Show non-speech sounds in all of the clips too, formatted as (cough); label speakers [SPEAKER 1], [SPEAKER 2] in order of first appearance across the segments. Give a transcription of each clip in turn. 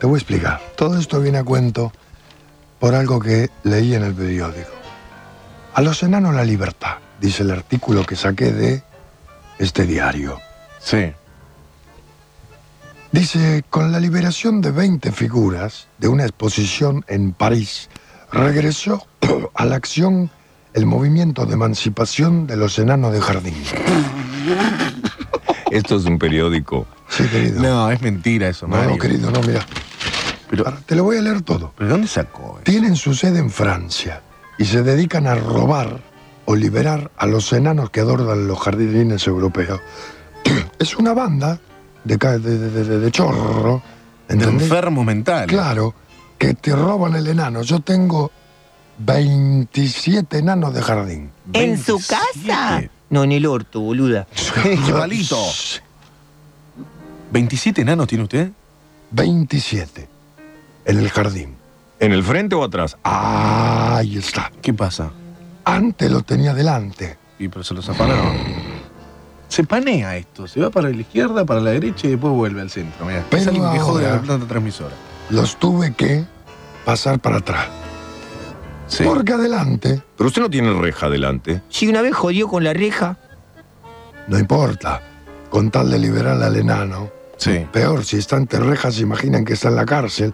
[SPEAKER 1] Te voy a explicar. Todo esto viene a cuento por algo que leí en el periódico. A los enanos la libertad, dice el artículo que saqué de este diario.
[SPEAKER 2] Sí.
[SPEAKER 1] Dice, con la liberación de 20 figuras de una exposición en París, regresó (clears throat) a la acción el movimiento de emancipación de los enanos de jardín.
[SPEAKER 2] (laughs) Esto es un periódico.
[SPEAKER 1] Sí, querido.
[SPEAKER 2] No, es mentira eso,
[SPEAKER 1] No,
[SPEAKER 2] Mario.
[SPEAKER 1] no, querido, no, mira.
[SPEAKER 2] Pero-
[SPEAKER 1] Ahora, Te lo voy a leer todo.
[SPEAKER 2] ¿Pero dónde sacó eso?
[SPEAKER 1] Tienen su sede en Francia y se dedican a robar o liberar a los enanos que adornan los jardines europeos. (clears throat) es una banda de, ca- de, de- de- de chorro,
[SPEAKER 2] De
[SPEAKER 1] ¿entendés?
[SPEAKER 2] enfermos mentales.
[SPEAKER 1] Claro, que te roban el enano. Yo tengo 27 enanos de jardín.
[SPEAKER 3] ¿En su
[SPEAKER 2] 27.
[SPEAKER 3] casa? No, en el orto, boluda.
[SPEAKER 2] Igualito. ¿27 enanos tiene usted?
[SPEAKER 1] 27 en el jardín.
[SPEAKER 4] ¿En el frente o atrás?
[SPEAKER 1] Ahí está.
[SPEAKER 2] ¿Qué pasa?
[SPEAKER 1] Antes lo tenía delante.
[SPEAKER 2] Y pero se los apanaron. Se panea esto, se va para la izquierda, para la derecha y después vuelve al centro. Mira,
[SPEAKER 1] Pero
[SPEAKER 2] es alguien que jode
[SPEAKER 1] ahora-
[SPEAKER 2] la planta transmisora.
[SPEAKER 1] Los tuve que pasar para atrás.
[SPEAKER 4] Sí.
[SPEAKER 1] Porque adelante,
[SPEAKER 4] Pero usted no tiene reja adelante.
[SPEAKER 3] Si una vez jodió con la reja,
[SPEAKER 1] no importa, con tal de liberar al enano.
[SPEAKER 2] Sí.
[SPEAKER 1] Peor, si está entre rejas, se imaginan que está en la cárcel.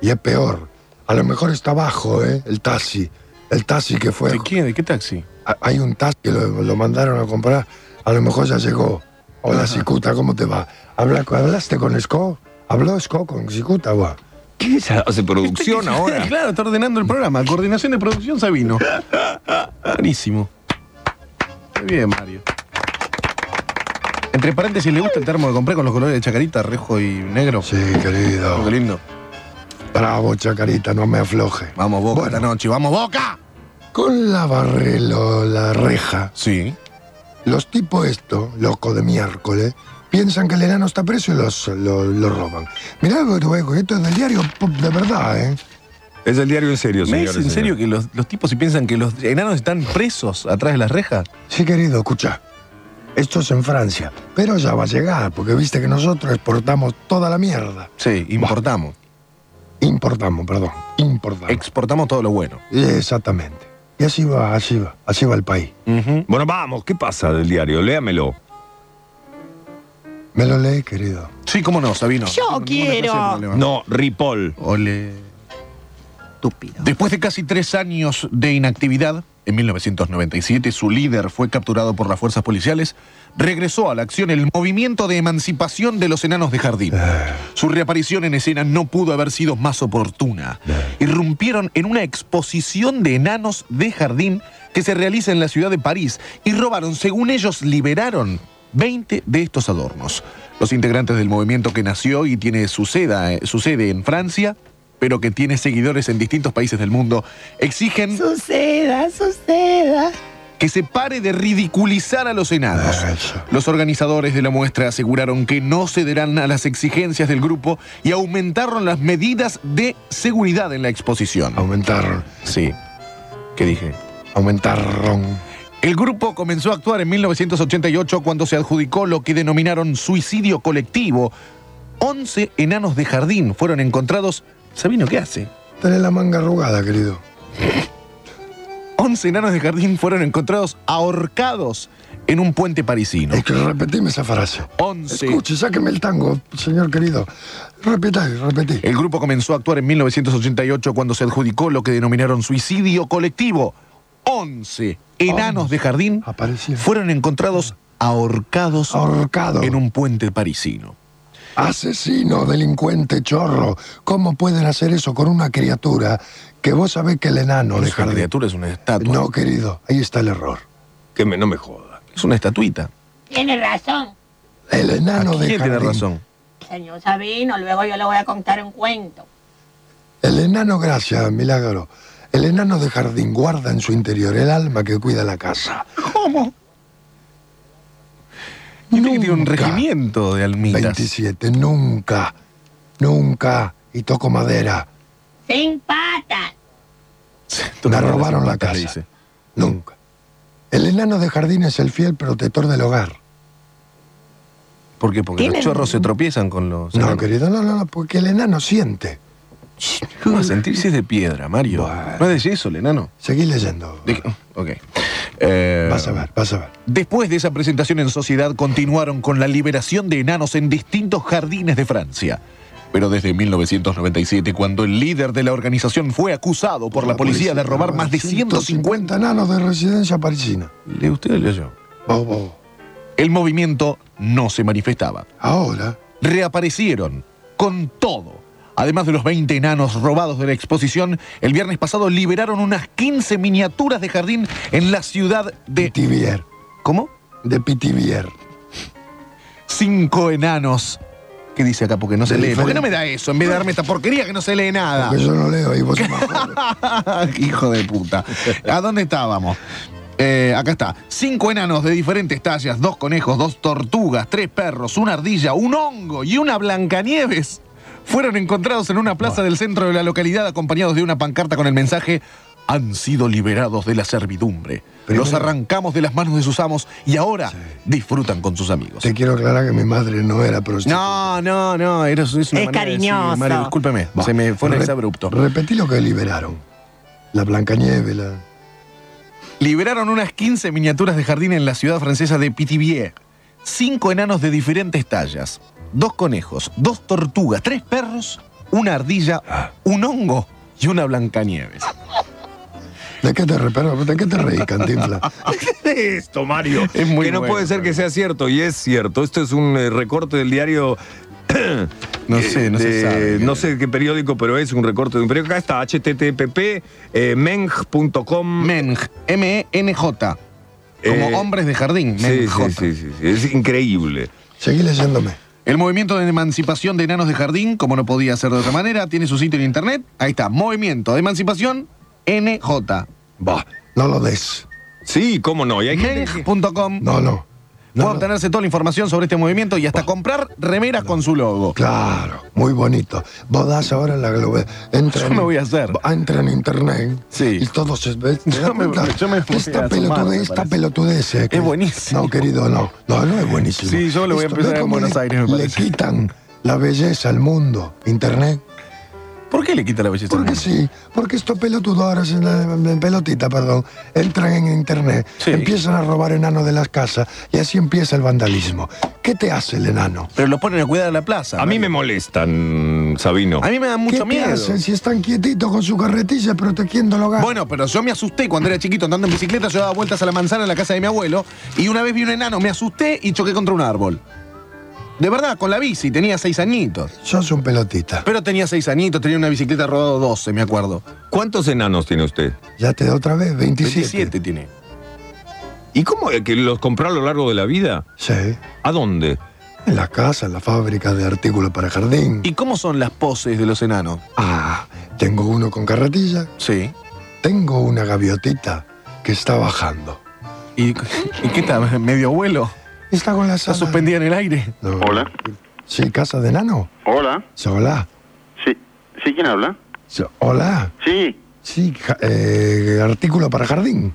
[SPEAKER 1] Y es peor. A lo mejor está abajo, ¿eh? El taxi. El taxi que fue.
[SPEAKER 2] ¿De qué? ¿De qué taxi?
[SPEAKER 1] a- Hay un taxi que lo, lo mandaron a comprar. A lo mejor ya llegó. Hola, Cicuta, ¿cómo te va? Habla- ¿Hablaste con Sco? ¿Habló Sco con Cicuta? Buah.
[SPEAKER 4] ¿Qué es? ¿Hace producción (laughs) ahora?
[SPEAKER 2] (laughs) claro, está ordenando el programa. Coordinación de producción Sabino. Buenísimo. Muy bien, Mario. Entre paréntesis, ¿le gusta el termo que compré con los colores de chacarita, rojo y negro?
[SPEAKER 1] Sí,
[SPEAKER 2] Oh, Qué
[SPEAKER 1] querido.
[SPEAKER 2] lindo.
[SPEAKER 1] Bravo, Chacarita, no me afloje.
[SPEAKER 2] Vamos, Boca,
[SPEAKER 1] Bueno.
[SPEAKER 2] esta noche. ¡Vamos, Boca!
[SPEAKER 1] Con la barrelo, la reja,
[SPEAKER 2] Sí.
[SPEAKER 1] los tipos estos, locos de miércoles, piensan que el enano está preso y los, lo, lo roban. Mirá, güey, esto es del diario po- de verdad, ¿eh?
[SPEAKER 4] Es el diario en serio,
[SPEAKER 2] ¿Me
[SPEAKER 4] señores.
[SPEAKER 2] es en serio
[SPEAKER 4] señores.
[SPEAKER 2] que los, los tipos si piensan que los enanos están presos atrás de las rejas?
[SPEAKER 1] Sí, querido, escucha. Esto es en Francia, pero ya va a llegar, porque viste que nosotros exportamos toda la mierda.
[SPEAKER 2] Sí, importamos.
[SPEAKER 1] Importamos, perdón, importamos.
[SPEAKER 2] Exportamos todo lo bueno.
[SPEAKER 1] Exactamente. Y así va, así va, así va el país.
[SPEAKER 4] Bueno, vamos, ¿qué pasa del diario? Léamelo.
[SPEAKER 1] Me lo leí, querido.
[SPEAKER 2] Sí, cómo no, Sabino.
[SPEAKER 3] Yo
[SPEAKER 2] No tengo ninguna clase de
[SPEAKER 3] quiero.
[SPEAKER 2] problema.
[SPEAKER 4] No, Ripoll.
[SPEAKER 2] Ole.
[SPEAKER 3] estúpido.
[SPEAKER 2] Después de casi tres años de inactividad, en 1997 su líder fue capturado por las fuerzas policiales, regresó a la acción el movimiento de emancipación de los enanos de jardín. Su reaparición en escena no pudo haber sido más oportuna. Irrumpieron en una exposición de enanos de jardín que se realiza en la ciudad de París y robaron, según ellos, liberaron 20 de estos adornos. Los integrantes del movimiento que nació y tiene su, seda- eh, su sede en Francia, pero que tiene seguidores en distintos países del mundo, exigen
[SPEAKER 3] Suceda, suceda.
[SPEAKER 2] que se pare de ridiculizar a los enanos.
[SPEAKER 1] Eso.
[SPEAKER 2] Los organizadores de la muestra aseguraron que no cederán a las exigencias del grupo y aumentaron las medidas de seguridad en la exposición.
[SPEAKER 1] Aumentaron,
[SPEAKER 2] Sí. ¿Qué dije?
[SPEAKER 1] aumentaron.
[SPEAKER 2] El grupo comenzó a actuar en 1988 cuando se adjudicó lo que denominaron suicidio colectivo. 11 enanos de jardín fueron encontrados. Sabino, ¿qué hace?
[SPEAKER 1] Tenés la manga arrugada, querido.
[SPEAKER 2] 11 enanos de jardín fueron encontrados ahorcados en un puente parisino.
[SPEAKER 1] Es que repetime esa frase.
[SPEAKER 2] 11
[SPEAKER 1] Escuche, sáqueme el tango, señor querido. Repetá, repetí.
[SPEAKER 2] El grupo comenzó a actuar en 1988 cuando se adjudicó lo que denominaron suicidio colectivo. 11 enanos de jardín
[SPEAKER 1] Apareció.
[SPEAKER 2] fueron encontrados ahorcados
[SPEAKER 1] Ahorcado.
[SPEAKER 2] en un puente parisino.
[SPEAKER 1] Asesino, delincuente, chorro. ¿Cómo pueden hacer eso con una criatura que vos sabés que el enano
[SPEAKER 2] No
[SPEAKER 1] de
[SPEAKER 2] es una
[SPEAKER 1] jardín?
[SPEAKER 2] criatura, pues. es una estatua.
[SPEAKER 1] No, querido, ahí está el error.
[SPEAKER 4] Que me- no me (laughs) joda.
[SPEAKER 2] Es una estatuita.
[SPEAKER 5] Tiene razón,
[SPEAKER 1] El enano Ah, de
[SPEAKER 2] ¿Quién
[SPEAKER 1] jardín.
[SPEAKER 2] tiene razón?
[SPEAKER 5] señor Sabino. Luego yo le voy a contar un cuento.
[SPEAKER 1] El enano, gracias, milagro. El enano de jardín guarda en su interior el alma que cuida la casa.
[SPEAKER 2] ¿Cómo? Y usted que tiene un
[SPEAKER 1] Nunca.
[SPEAKER 2] regimiento de almitas.
[SPEAKER 1] 27, nunca, nunca, y toco madera,
[SPEAKER 5] Sin patas.
[SPEAKER 1] La robaron la casa.
[SPEAKER 2] Dice.
[SPEAKER 1] nunca. El enano de jardín es el fiel protector del hogar.
[SPEAKER 2] ¿Por qué? Porque
[SPEAKER 3] Tienen-
[SPEAKER 2] los chorros se tropiezan con los.
[SPEAKER 1] No,
[SPEAKER 2] enanos.
[SPEAKER 1] querido, no, no, no, porque el enano siente.
[SPEAKER 2] ¿Cómo vas a sentir si es de piedra, Mario?
[SPEAKER 1] Bueno.
[SPEAKER 2] No es de yeso, el enano.
[SPEAKER 1] Seguí leyendo.
[SPEAKER 2] De- "Oh, Ok. Eh,
[SPEAKER 1] Vas a ver, vas a ver.
[SPEAKER 2] Después de esa presentación en sociedad, continuaron con la liberación de enanos en distintos jardines de Francia. Pero desde 1997, cuando el líder de la organización fue acusado por la policía de robar más de 150...
[SPEAKER 1] enanos de residencia parisina.
[SPEAKER 2] ¿Le usted o leo yo?
[SPEAKER 1] Vos, vos.
[SPEAKER 2] El movimiento no se manifestaba.
[SPEAKER 1] Ahora,
[SPEAKER 2] reaparecieron con todo. Además de los 20 enanos robados de la exposición, el viernes pasado liberaron unas 15 miniaturas de jardín en la ciudad de...
[SPEAKER 1] Pitivier.
[SPEAKER 2] ¿Cómo?
[SPEAKER 1] De Pitivier.
[SPEAKER 2] Cinco enanos. ¿Qué dice acá? Porque no se
[SPEAKER 1] De
[SPEAKER 2] lee. ¿Por qué
[SPEAKER 1] diferente-
[SPEAKER 2] no me da eso? En vez de darme esta porquería que no se lee nada. Ah,
[SPEAKER 1] Porque yo no leo y vos sos más
[SPEAKER 2] (laughs)
[SPEAKER 1] joven.
[SPEAKER 2] Hijo de puta. ¿A dónde estábamos? Eh, acá está. Cinco enanos de diferentes tallas, dos conejos, dos tortugas, tres perros, una ardilla, un hongo y una blancanieves. Fueron encontrados en una plaza del centro de la localidad acompañados de una pancarta con el mensaje han sido liberados de la servidumbre. Los
[SPEAKER 1] Primero-
[SPEAKER 2] arrancamos de las manos de sus amos y ahora disfrutan con sus amigos.
[SPEAKER 1] Te quiero aclarar que mi madre no era prostituta.
[SPEAKER 2] No, no, no. era- es una
[SPEAKER 3] Es
[SPEAKER 2] manera de decir,
[SPEAKER 3] cariñoso.
[SPEAKER 2] Mario, discúlpeme.
[SPEAKER 1] Bueno,
[SPEAKER 2] se me fue un
[SPEAKER 1] re-
[SPEAKER 2] exabrupto.
[SPEAKER 1] Repetí lo que liberaron. La Blancanieve, la.
[SPEAKER 2] Liberaron unas 15 miniaturas de jardín en la ciudad francesa de Pithiviers. Cinco enanos de diferentes tallas, dos conejos, dos tortugas, tres perros, una ardilla, un hongo y una blancanieves.
[SPEAKER 1] ¿De qué te, re- pero, ¿de qué te reís,
[SPEAKER 2] (laughs)
[SPEAKER 1] Cantinfla?
[SPEAKER 4] Esto, Mario.
[SPEAKER 2] Es muy
[SPEAKER 4] que no
[SPEAKER 2] bueno,
[SPEAKER 4] puede ser que
[SPEAKER 2] Mario.
[SPEAKER 4] sea cierto, y es cierto. Esto es un eh, recorte del diario.
[SPEAKER 2] No
[SPEAKER 4] eh,
[SPEAKER 2] sé, no
[SPEAKER 4] de-
[SPEAKER 2] se sabe.
[SPEAKER 4] No sé qué periódico, pero es un recorte de un periódico. Acá está, http eh, meng.com.
[SPEAKER 2] Menj, M-E-N-J. E Como
[SPEAKER 4] Eh,
[SPEAKER 2] hombres de jardín,
[SPEAKER 4] Sí,
[SPEAKER 2] Menj.
[SPEAKER 4] sí, sí, sí, sí, Es increíble.
[SPEAKER 1] Seguí leyéndome.
[SPEAKER 2] El movimiento de emancipación de enanos de jardín, como no podía ser de otra manera, tiene su sitio en internet. Ahí está, movimiento de emancipación NJ.
[SPEAKER 4] Bah.
[SPEAKER 1] No lo des.
[SPEAKER 4] Sí, cómo no. Y hay gente que-
[SPEAKER 2] Menj.com.
[SPEAKER 1] No, no. No,
[SPEAKER 2] Puede
[SPEAKER 1] no.
[SPEAKER 2] obtenerse toda la información sobre este movimiento y hasta comprar remeras con su logo.
[SPEAKER 1] Claro, muy bonito. Vos das ahora en la globe. Entra
[SPEAKER 2] Yo
[SPEAKER 1] en-
[SPEAKER 2] me voy a hacer.
[SPEAKER 1] Entra en internet.
[SPEAKER 2] Sí.
[SPEAKER 1] Y todo se ve. ¿te das
[SPEAKER 2] Yo me-
[SPEAKER 1] cuenta?
[SPEAKER 2] yo me voy a
[SPEAKER 1] esta,
[SPEAKER 2] asomar, me
[SPEAKER 1] pelotudez,
[SPEAKER 2] parece.
[SPEAKER 1] esta pelotudez. eh, que-
[SPEAKER 2] buenísimo.
[SPEAKER 1] No, querido, no. No, no es buenísimo.
[SPEAKER 2] Sí, yo lo voy a
[SPEAKER 1] ¿ves
[SPEAKER 2] empezar en
[SPEAKER 1] cómo
[SPEAKER 2] Buenos
[SPEAKER 1] le-
[SPEAKER 2] Aires, me
[SPEAKER 1] Le
[SPEAKER 2] parece.
[SPEAKER 1] quitan la belleza al mundo. Internet.
[SPEAKER 2] ¿Por qué le quita la belleza? al
[SPEAKER 1] Porque
[SPEAKER 2] mundo?
[SPEAKER 1] sí, porque estos pelotudos, pelotita, perdón, entran en internet,
[SPEAKER 2] Sí.
[SPEAKER 1] empiezan a robar enanos de las casas y así empieza el vandalismo. ¿Qué te hace el enano?
[SPEAKER 2] Pero lo ponen a cuidar a la plaza.
[SPEAKER 4] A mí me
[SPEAKER 2] Mario.
[SPEAKER 4] molestan, Sabino.
[SPEAKER 2] a mí me da
[SPEAKER 1] ¿Qué
[SPEAKER 2] mucho
[SPEAKER 1] te
[SPEAKER 2] miedo.
[SPEAKER 1] hacen si están quietitos con su carretilla protegiendo el hogar?
[SPEAKER 2] Bueno, pero yo me asusté cuando era chiquito andando en bicicleta, yo daba vueltas a la manzana en la casa de mi abuelo y una vez vi un enano, me asusté y choqué contra un árbol. De verdad, con la bici, tenía seis añitos.
[SPEAKER 1] Sos un pelotita.
[SPEAKER 2] Pero tenía seis añitos, tenía una bicicleta rodado 12, me acuerdo.
[SPEAKER 4] ¿Cuántos enanos tiene usted?
[SPEAKER 1] Ya te da otra vez, 27.
[SPEAKER 2] 27 tiene.
[SPEAKER 4] ¿Y cómo es que los compró a lo largo de la vida?
[SPEAKER 1] Sí.
[SPEAKER 4] ¿A dónde?
[SPEAKER 1] En la casa, en la fábrica de artículos para jardín.
[SPEAKER 2] ¿Y cómo son las poses de los enanos?
[SPEAKER 1] Ah, tengo uno con carretilla,
[SPEAKER 2] Sí.
[SPEAKER 1] tengo una gaviotita que está bajando.
[SPEAKER 2] ¿Y, y qué está? ¿Medio vuelo?
[SPEAKER 1] Está con la
[SPEAKER 2] ¿Está
[SPEAKER 1] sala.
[SPEAKER 2] suspendida en el aire?
[SPEAKER 1] No.
[SPEAKER 6] Hola.
[SPEAKER 1] Sí, casa de enano.
[SPEAKER 6] Hola.
[SPEAKER 1] Sí, hola.
[SPEAKER 6] Sí. ¿Sí quién habla?
[SPEAKER 1] Sí, Hola.
[SPEAKER 6] Sí.
[SPEAKER 1] Sí, ja- eh, artículo para jardín.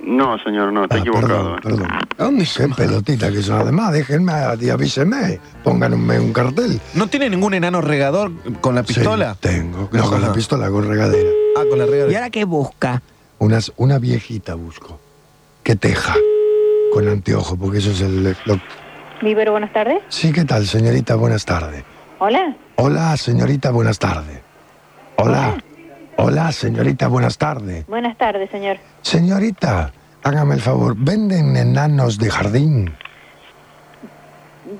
[SPEAKER 6] No, señor, no, está
[SPEAKER 1] Ah,
[SPEAKER 6] equivocado.
[SPEAKER 1] perdón,
[SPEAKER 6] eh.
[SPEAKER 1] perdón.
[SPEAKER 2] ¿A dónde
[SPEAKER 1] Qué pelotita que son. Además, déjenme a- y avísenme. Pónganme un cartel.
[SPEAKER 2] ¿No tiene ningún enano regador con la
[SPEAKER 1] Sí,
[SPEAKER 2] pistola?
[SPEAKER 1] tengo. No, con la
[SPEAKER 2] Ajá.
[SPEAKER 1] pistola, con regadera.
[SPEAKER 2] Ah, con la
[SPEAKER 3] ¿Y
[SPEAKER 2] regadera.
[SPEAKER 3] ahora qué busca?
[SPEAKER 1] Unas, una viejita busco. Que teja. Con anteojo, porque eso es el. lo-
[SPEAKER 7] Vivero, buenas tardes.
[SPEAKER 1] Sí, ¿qué tal, señorita? Buenas tardes.
[SPEAKER 7] Hola.
[SPEAKER 1] Hola, señorita, buenas tardes. Hola. Hola, señorita, buenas tardes.
[SPEAKER 7] Buenas tardes, señor.
[SPEAKER 1] Señorita, hágame el favor, ¿venden enanos de jardín?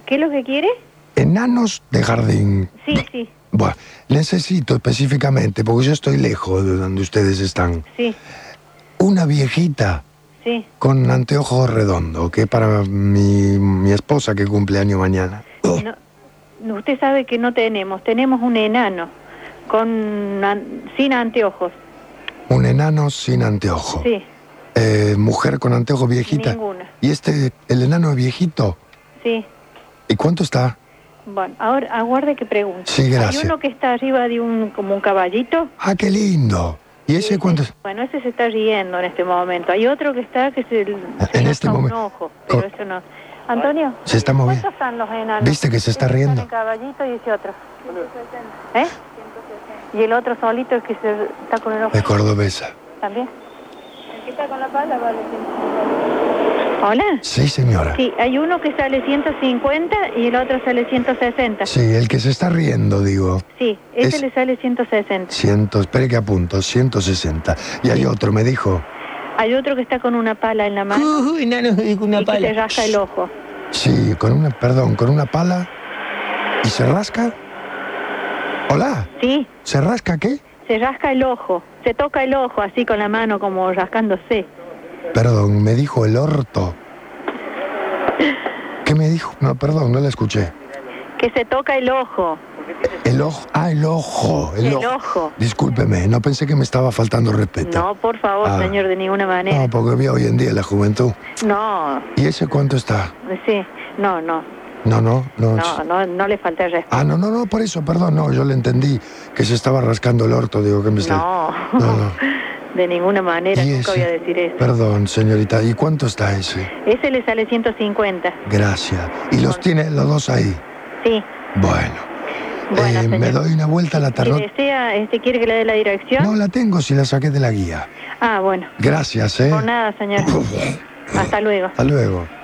[SPEAKER 7] ¿Qué es lo que quiere?
[SPEAKER 1] Enanos de jardín.
[SPEAKER 7] Sí, sí,
[SPEAKER 1] Bueno, necesito específicamente, porque yo estoy lejos de donde ustedes están,
[SPEAKER 7] sí,
[SPEAKER 1] una viejita
[SPEAKER 7] sí.
[SPEAKER 1] con anteojos redondo, que es para mi, mi esposa que cumple año mañana. Oh,
[SPEAKER 7] No, no, usted sabe que no tenemos. Tenemos un enano con an- sin anteojos.
[SPEAKER 1] Un enano sin anteojo.
[SPEAKER 7] Sí,
[SPEAKER 1] Eh, mujer con anteojos viejita.
[SPEAKER 7] Ninguna.
[SPEAKER 1] Y este, el enano es viejito.
[SPEAKER 7] sí.
[SPEAKER 1] ¿Y cuánto está?
[SPEAKER 7] Bueno, ahora aguarde que pregunte.
[SPEAKER 1] Sí, gracias.
[SPEAKER 7] Hay uno que está arriba de un como un caballito.
[SPEAKER 1] Ah, qué lindo. ¿Y ese cuánto? es?
[SPEAKER 7] Bueno, ese se está riendo en este momento. Hay otro que está que se, se
[SPEAKER 1] En
[SPEAKER 7] rasca
[SPEAKER 1] este
[SPEAKER 7] un
[SPEAKER 1] momento.
[SPEAKER 7] ojo, pero
[SPEAKER 1] Co-
[SPEAKER 7] eso no. Antonio.
[SPEAKER 1] Se está moviendo.
[SPEAKER 7] ¿Cuántos están los enanos?
[SPEAKER 1] ¿Viste que se está
[SPEAKER 7] Este
[SPEAKER 1] riendo?
[SPEAKER 7] en caballito y ese otro. ¿Eh? Y el otro solito el que se está con el ojo
[SPEAKER 1] De cordobesa.
[SPEAKER 7] también. Hola.
[SPEAKER 1] Sí, señora.
[SPEAKER 7] Sí, hay uno que sale 150 y el otro sale 160.
[SPEAKER 1] Sí, el que se está riendo, digo.
[SPEAKER 7] Sí, ese
[SPEAKER 1] Es-
[SPEAKER 7] le sale 160.
[SPEAKER 1] Ciento, espere que apunto, 160. Y hay otro, me dijo.
[SPEAKER 7] Hay otro que está con una pala en la mano
[SPEAKER 3] Uh, enano con una
[SPEAKER 7] y que
[SPEAKER 3] pala.
[SPEAKER 7] te rasca el ojo.
[SPEAKER 1] Sí, con una, perdón, con una pala. ¿Y se rasca? Hola,
[SPEAKER 7] Sí,
[SPEAKER 1] ¿se rasca qué?
[SPEAKER 7] se rasca el ojo. Se toca el ojo así con la mano como rascándose.
[SPEAKER 1] Perdón, me dijo el orto. ¿Qué me dijo? No, perdón, no la escuché.
[SPEAKER 7] Que se toca el ojo.
[SPEAKER 1] El ojo, ah, el ojo, el,
[SPEAKER 7] El
[SPEAKER 1] ojo.
[SPEAKER 7] ojo.
[SPEAKER 1] Discúlpeme, no pensé que me estaba faltando respeto.
[SPEAKER 7] No, por favor,
[SPEAKER 1] Ah.
[SPEAKER 7] señor, de ninguna manera.
[SPEAKER 1] No, porque vi hoy en día la juventud.
[SPEAKER 7] No,
[SPEAKER 1] ¿Y ese cuánto está?
[SPEAKER 7] sí, no, no,
[SPEAKER 1] No, no, no.
[SPEAKER 7] no, no, no le falta el respeto.
[SPEAKER 1] Ah, no, no, no, por eso, perdón, no, yo le entendí que se estaba rascando el orto, digo que me está...
[SPEAKER 7] No,
[SPEAKER 1] No, no.
[SPEAKER 7] (laughs) de ninguna manera,
[SPEAKER 1] ¿Y ese?
[SPEAKER 7] nunca voy a decir eso.
[SPEAKER 1] Perdón, señorita, ¿y cuánto está ese?
[SPEAKER 7] Ese le sale 150,
[SPEAKER 1] Gracias. ¿Y los tiene los dos ahí?
[SPEAKER 7] sí.
[SPEAKER 1] Bueno,
[SPEAKER 7] Bueno,
[SPEAKER 1] eh,
[SPEAKER 7] señor.
[SPEAKER 1] me doy una vuelta a la
[SPEAKER 7] Si
[SPEAKER 1] tarot.
[SPEAKER 7] desea, este, ¿quiere que le dé la dirección?
[SPEAKER 1] No la tengo si la saqué de la guía.
[SPEAKER 7] Ah, bueno.
[SPEAKER 1] Gracias, ¿eh? (laughs)
[SPEAKER 7] Por nada, señor. Hasta luego.
[SPEAKER 1] Hasta luego.